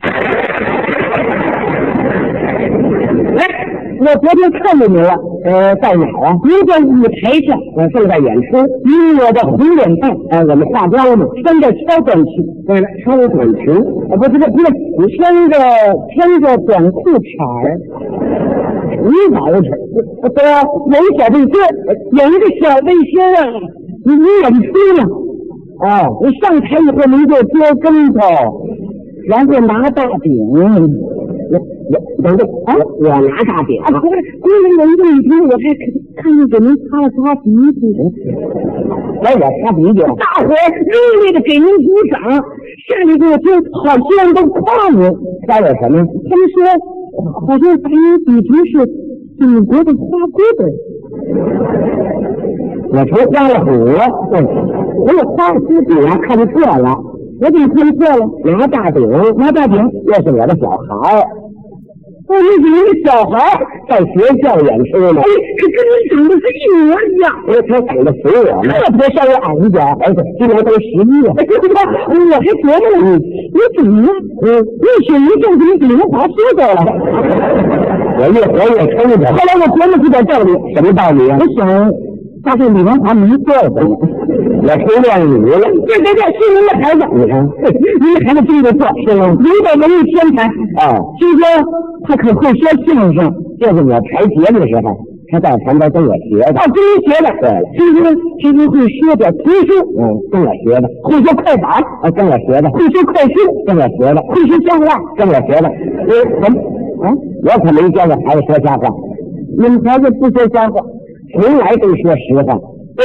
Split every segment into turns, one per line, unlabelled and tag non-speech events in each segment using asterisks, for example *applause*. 哎我昨天看见您了，呃，在哪儿啊？您在舞台上，我正在演出。以我的红脸蛋，呃，我们化妆了嘛，穿着超短裙，对了，超短裙，呃，不是不是，你穿着穿着短裤衩儿，你老实，对啊，有小背心儿，有一个小背心儿啊，你你演出呢？哦，你上台以后您就丢跟头，然后拿大饼，我我等等啊，我拿大饼啊，不是，工人人这么一听，我还看见给您擦了擦鼻涕，来我擦鼻涕，大伙儿热烈的给您鼓掌，下面给我听，好些人都夸您，夸我什么呀？他们说，好像把您比成是祖国的花骨朵。我成花了虎了，我有花骨朵啊，看错了，我怎么看错了？拿大饼，拿大饼，又是我的小孩儿。哦我是一个小孩儿在学校演出呢，哎，可跟你长得是一模一样。我他长得随我呢，特别稍微矮一点，而且今年都十一了。哎我还琢磨呢，你怎么了？嗯，一曲一正，怎么比刘华说走了？ *laughs* 我越活越抽着。后来我琢磨出点道理，什么道理啊？我想。他是李文华没做的，我初恋你了。对对对，是您的孩子。你看，您的孩子真不错，是吗？您的文艺天才啊！听说他可会说相声，就是我排节目的时候，他在旁边跟我学的。哦，跟您学的。对了，听说听说会说点评书，嗯，跟我学的。会说快板，啊，跟我学的。会说快书，跟我学的。嗯会说瞎话，跟我学的。我我啊，我可没教过孩子说瞎话，你们孩子不说瞎话。从来都说实话，嗯对，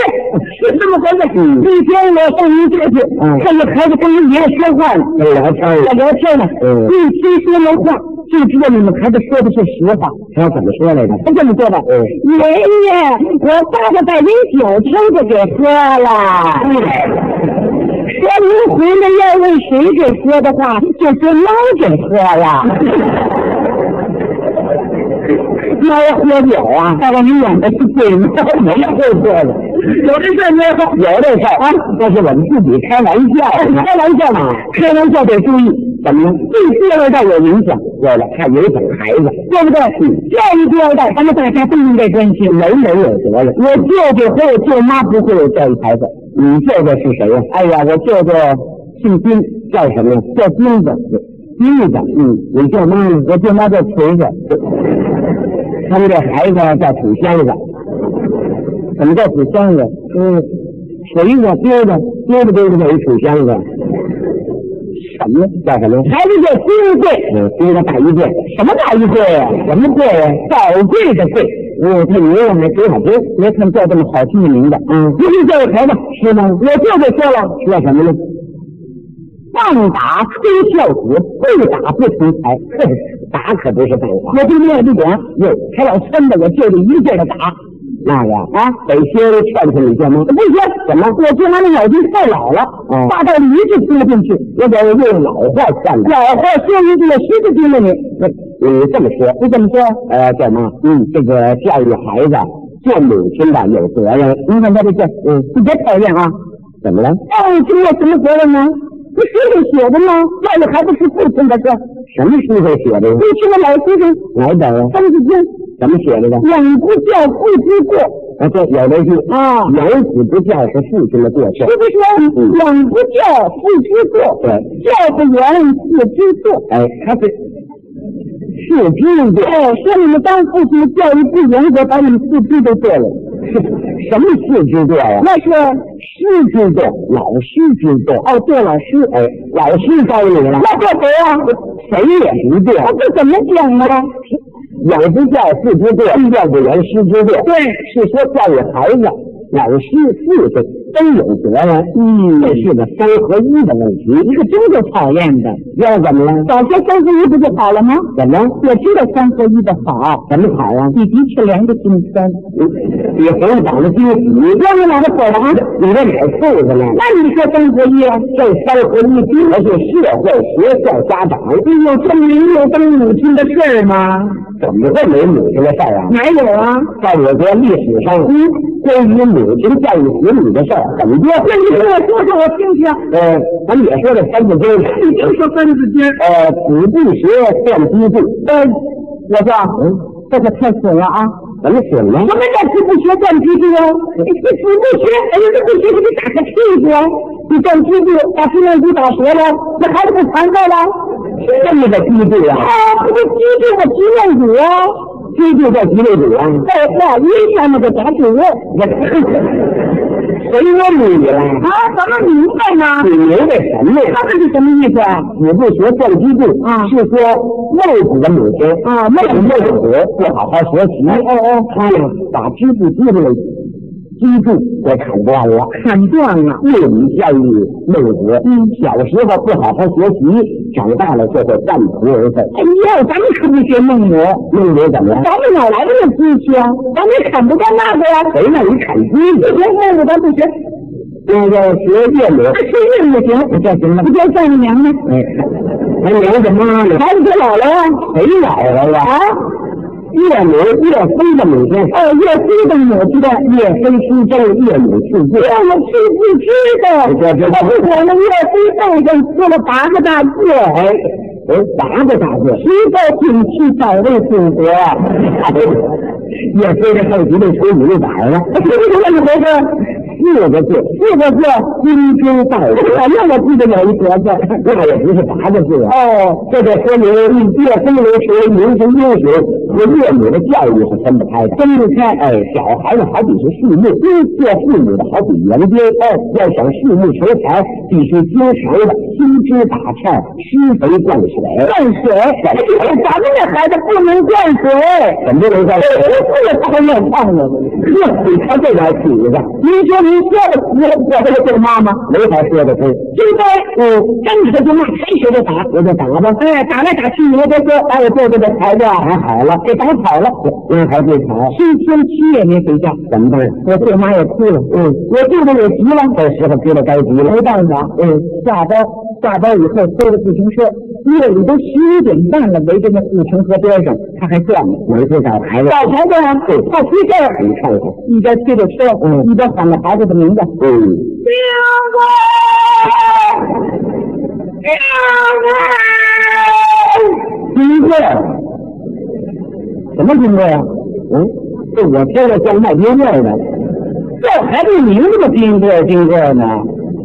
是这么回事。那天我上您这去，看见孩子嗯跟您爷爷说话呢，聊天嗯在聊天呢，一听说那话，就知道你们孩子说的是实话。他要怎么说来着？嗯他这么说吧，爷爷，我爸爸把您酒抽着给喝嗯了。说您回来要问谁给喝的话，就是猫给喝 *laughs* 了。猫喝酒啊！大概你演的是对猫没会喝的，有这事没有？有这事啊！那是我们自己开玩笑，哦开玩笑嘛，开玩笑得注意，怎么了？对第二代有影响，对了，怕影响孩子，对不对？教育第二代，咱们大家都应该关心，人人有责任。我舅舅和我舅妈不会教育孩子，你舅舅是谁呀？哎呀，我舅舅姓金，叫什么呀？叫金子，金子。嗯，你舅妈呢？我舅妈叫锤子。他们这孩子叫土箱子，怎么叫土箱子？嗯，谁子丢的丢的丢的叫一土箱子，什么叫什么？孩子叫金贵，嗯，丢个大衣柜，什么大衣柜呀？什么柜呀？宝贵的贵。嗯，他名字还挺好听，别看叫这么好听的名字，嗯，不是教育孩子是吗？我舅舅说了，说什么呢？棒打出孝子，不打不成才。打可不是办法，我就念这点哟，他老抻着我舅舅一劲儿的打。那个啊，得先劝劝你舅妈，不行，怎么？我舅妈那脑筋太老了，大道理一句听不进去，我得用老话劝她。老话说一句，我十句听了你。那你这么说，你怎么说？呃，舅妈，嗯，这个教育孩子，做母亲的有责任。你看他这这，嗯，你别讨厌啊。怎么了？哦，亲有什么责任呢？这书上写的吗？教育孩子是父亲的事。什么书上写的？这是我老书上哪本啊？三字经。怎么写的呢？养不教，父之过。啊，对，有这句啊，养子不教是父亲的过错，是不是？养不教，父之过。对，教不严，父之错。哎，他是父之过。哎，说你们当父亲教育不严格，把你们父亲都做了。 *laughs* 什么师之座呀？那是师之座，老师之座。哦，对，老师，哎，老师教你了。那这谁啊？谁也不对。那这怎么讲呢？养不教，父之过；教不严，师之过。对，是说教育孩子，老师、父亲都有责任。嗯，这是个三合一的问题。一个真够讨厌的。要怎么了？早说三合一不就好了吗？怎么？我知道三合一的好，怎么好啊？你的确量个金山，比红了膀子金喜。你这你哪个火了啊？你这哪兔子呢？那你说三合一啊？这三合一指的是社会、学校、家长。你有这么没有当母亲的事儿吗？怎么会没母亲的事儿啊？哪有啊？在我国历史上，嗯，关于母亲教育子女的事儿很多。那你跟我说说，我听听。呃，咱也说这三字经，你就说三字经。呃，子不学，断机杼。呃，我说，嗯，这可太损了啊！
怎么损了？
我们这是不学断屁股啊！你死不学，哎呀，这不学给你打个屁股啊！你断屁股，把脊梁骨打折了，那孩子不残废了？
这么个低度啊！
啊，不是脊椎我脊梁骨啊！
低度叫脊椎骨啊！
废话，你他妈个打主任
我谁说你了？
啊？怎么明白呢？
你明白什么呀
他？这是什么意思啊？
你不学断机度
啊
是说孟子的母亲
啊孟
孟子不好好学习，哦哦，他呀把机度接出来，机度给砍断了。
砍断了。
命理教育孟子，
嗯
小时候不好好学习，长大了就会半途而废。
哎呦，咱们可不学孟母，
孟子怎么了？
咱们哪来的那机器啊？咱们也砍不断那个呀、
谁让你砍鸡
不
的？
学孟母，咱不学，
那个学岳母，
那学岳母行，
这行了
不。学丈母娘呢？
哎，还娘什么呢？
孩子可老了呀、
谁老了呀？
啊！
岳母岳飞的母亲，
哦，岳飞的母亲的岳
岳飞出征，岳母去世。
岳母是不知道，
你这这
我不管那岳飞背上刻了八个大字，
哎，哎，八个大字。
提高警惕，保卫祖国。
哎岳飞这后脊背出五六百了，哎
怎么回事？
四个字，
四个字，
金州道
*laughs*
国。
好像哎我记得有一格子。
那也不是八个字啊。
哦，
这就说明岳飞为谁名声英雄和岳母的教育是分不开的。
真不开。
哎，小孩子好比是树木，嗯做父母的好比园丁。哎，要想树木成才，必须经常的修枝打杈、施肥灌水。
灌水，哎咱们这孩子不能灌水，哎
怎么能在？
我是太乱唱了。
呵，你瞧这点曲子，
您说您说的我我这个对妈妈，
没法说得通。
应该嗯，跟着就骂，谁学就打，
我就打吧，
哎，打来打去，你别说，哎呦，对对对，孩子啊，
打好了，
给打跑了，
那还会吵，
七天七夜没回家，
怎么办？
我舅妈也哭了，
嗯，
我舅舅也急了，
这时候知道该急了
没。办法，嗯，下班下班以后推着自行车，夜里都十一点半了，围着那护城河边上，他还转呢。
每次找孩子，
老头子啊，
嗯
好推事儿，
很痛苦。
一边推着车，
嗯
一边喊着孩子的名字，
嗯。
兵哥，兵哥，
冰棍儿，什么冰棍儿啊？嗯，这我听着像卖冰棍儿的，
这孩子名字嘛，兵哥，兵哥呢？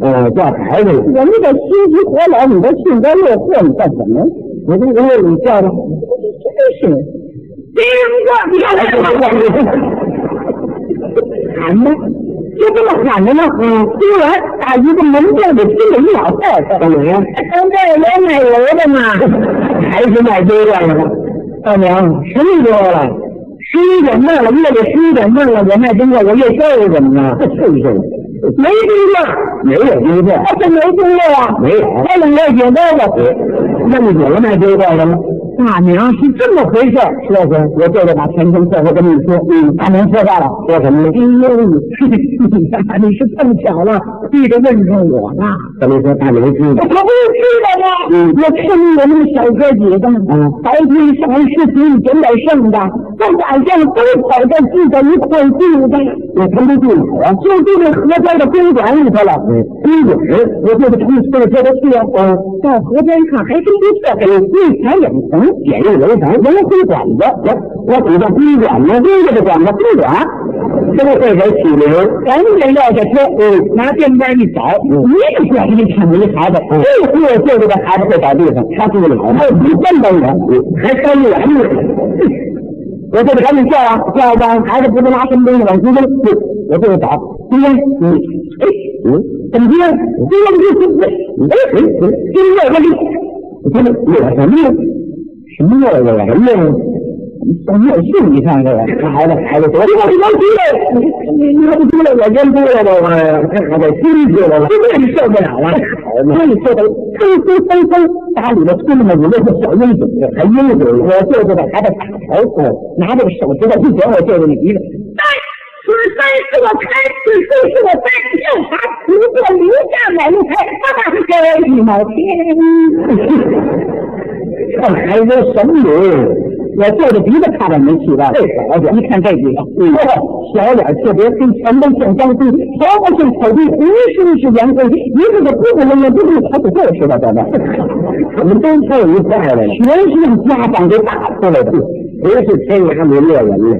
呃，叫孩子，
我们这心急火燎，你都幸灾乐祸，你干什么？
我这我你叫的，
真是，兵哥，你
哎
看喊呢，就这么喊着呢。嗯，突然打一个门缝给踢了一脑袋。
干嘛呀？
咱这儿有奶油的嘛？
还是卖冰棍儿的？
大娘，什么时候了？十一点半了，夜里十一点半了，我卖冰棍，我夜宵了怎么 *laughs* 着？
这是是，
没冰棍，
没有冰棍儿，
这哦没冰棍啊？
没有。哎
还冷热解包吧？
那你怎么卖冰棍儿的吗？
大娘是这么回事儿，
说说，我舅舅把前生后后跟你说，嗯，大年说话了，说什么
哎
呢？
呦，你呀，你是碰巧了，遇着问上我了。
跟你说大年知
我
道，
可不是知道吗？
嗯
我看我们小哥几个，
嗯
白天上完视频捡点剩的，到晚上都跑到自个一块住的，
那他们住哪儿啊？
就住那河边的宾馆里头了。
嗯，宾馆儿，
我就是他们说的这个去啊，嗯，到河边一看还真不错，给一条眼红，
简易楼房，文辉馆子，我我只叫宾馆呢，宾馆的馆子，宾馆，这个为谁起名？
赶紧撂下车，嗯，拿电棒一找，一个管一抢一孩子，这回我就这个孩子会倒地上，
他住哪儿？
还一分都没有。
还
হ্যাঁ,
烧一碗呢。
我这得赶紧叫啊，叫吧，孩子不知拿什么东西往出扔，
我这个找，
今天你哎，
嗯，
怎么今天今天你
哎
这
哎哎，
今天我这
你看我什么呀？什么味儿啊？什么味儿？
我没有信你看这个，
孩子孩子多
你
大
看你？刚出来，你你还不出来，我先出来吧，我哎
我得心去了吧？
这你受不了啊了，那你受得噌噌噌噌打里头出那么五六个小英雄，
还英雄，
我舅舅的孩子打头，我拿这个手指头一哎点我舅舅的鼻子。此山是我开，此树是我栽，要把此座留下来路开，他妈给一毛钱。
这孩子什么名？
我坐着鼻子差点没气到。
这小点儿
一看这几个，小脸儿特别黑，全都像张飞，头发像草地，浑身是洋灰，一个个孤孤零零，不是好几个似的，在那儿。
怎么都太一块了？
全是让家长给打出来的。
不是天涯沦落人了。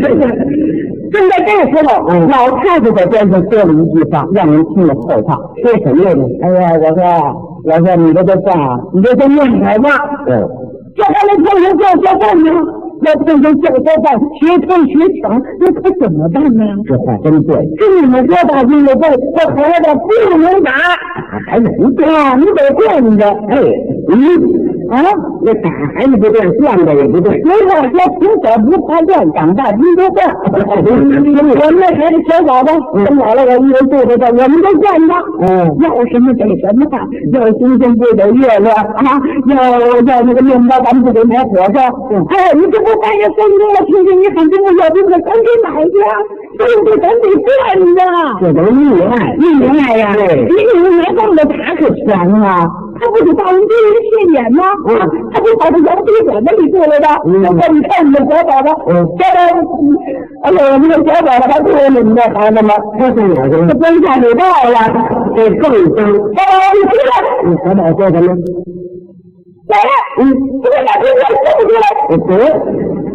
*laughs* 正在这时候，
老太太在边上说了一句话，让人听了后怕。说什么来着？哎呀，我说，我说你这个话，
你就说念啊海吧，
嗯，
这还能碰人叫做饭呢？要碰人叫做饭，学推学抢，那可怎么办呢？
这话真对，
是你们多大力的背，这孩子不能打。
打孩子不对。
啊，你得惯着。
哎，嗯，
啊，
那打孩子不对，惯的也不对。
俗话说，从小不怕练，长大金就惯。我们那孩子小宝宝跟姥姥我一人对着他，我们都惯他。
嗯，
要什么给什么，要星星不给月亮啊，要要那个面包咱们不给买火烧。哎，你这不半夜三更了，听见你喊这个要这个，赶紧买去啊！对不对？咱得惯着。
这都溺爱，
你明白呀？
对
你明白这么打可强啊！他不是把人丢人现眼吗？啊，他不跑到洋水管子里过来的。
嗯
那你看你们小宝宝，
嗯
这哎呦，我们这小宝宝还不如你们这孩子们，
这是哪
这
个？
真下水道了。
这更脏。
哎，你出来，
你小宝说什么？
来呀！嗯，这个老头子认不出来。
我不，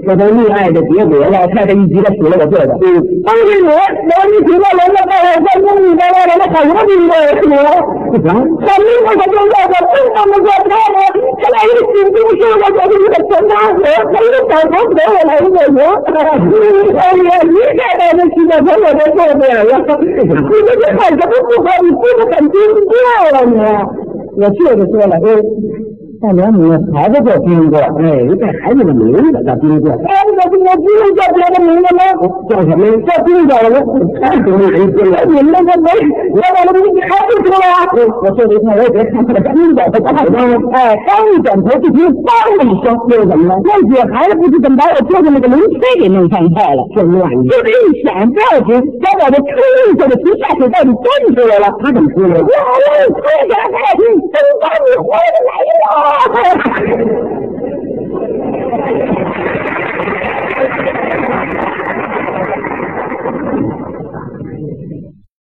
这都溺爱的结果。老太太一急了，数了我这个。嗯，
当时我我一提到人家在我关公里边来，人家好多地方也是我。
不行。
小迷糊的就要我正当的做他呢，他来一个紧急事我就是一个全家火，他一个小黄火我来一个油，
嗯
哎呀，一看到这徐小平我就受不了了，你这是喊什么不好，你这是很丢掉了你。
我舅舅说了，哎，
嗯
大娘，你孩子叫冰棍，哎，你给孩子的名字叫冰棍，
哎，我我不用叫别的名字吗？
叫什么呀？
叫冰棍了，
太容易人听了。
你们那个没，我把那个你还不出来啊？
我舅舅看我也别看他的冰棍，他打我。
哎，刚一转头就听“梆”的一声，又怎么了？那女孩子不知怎么把我桌上那个龙吹给弄上菜了，
这乱
就这一响，不要紧，小宝宝嗖一下就从下水道里钻出来了。
他怎么出来了
我？又吹起来，真把你活着来了！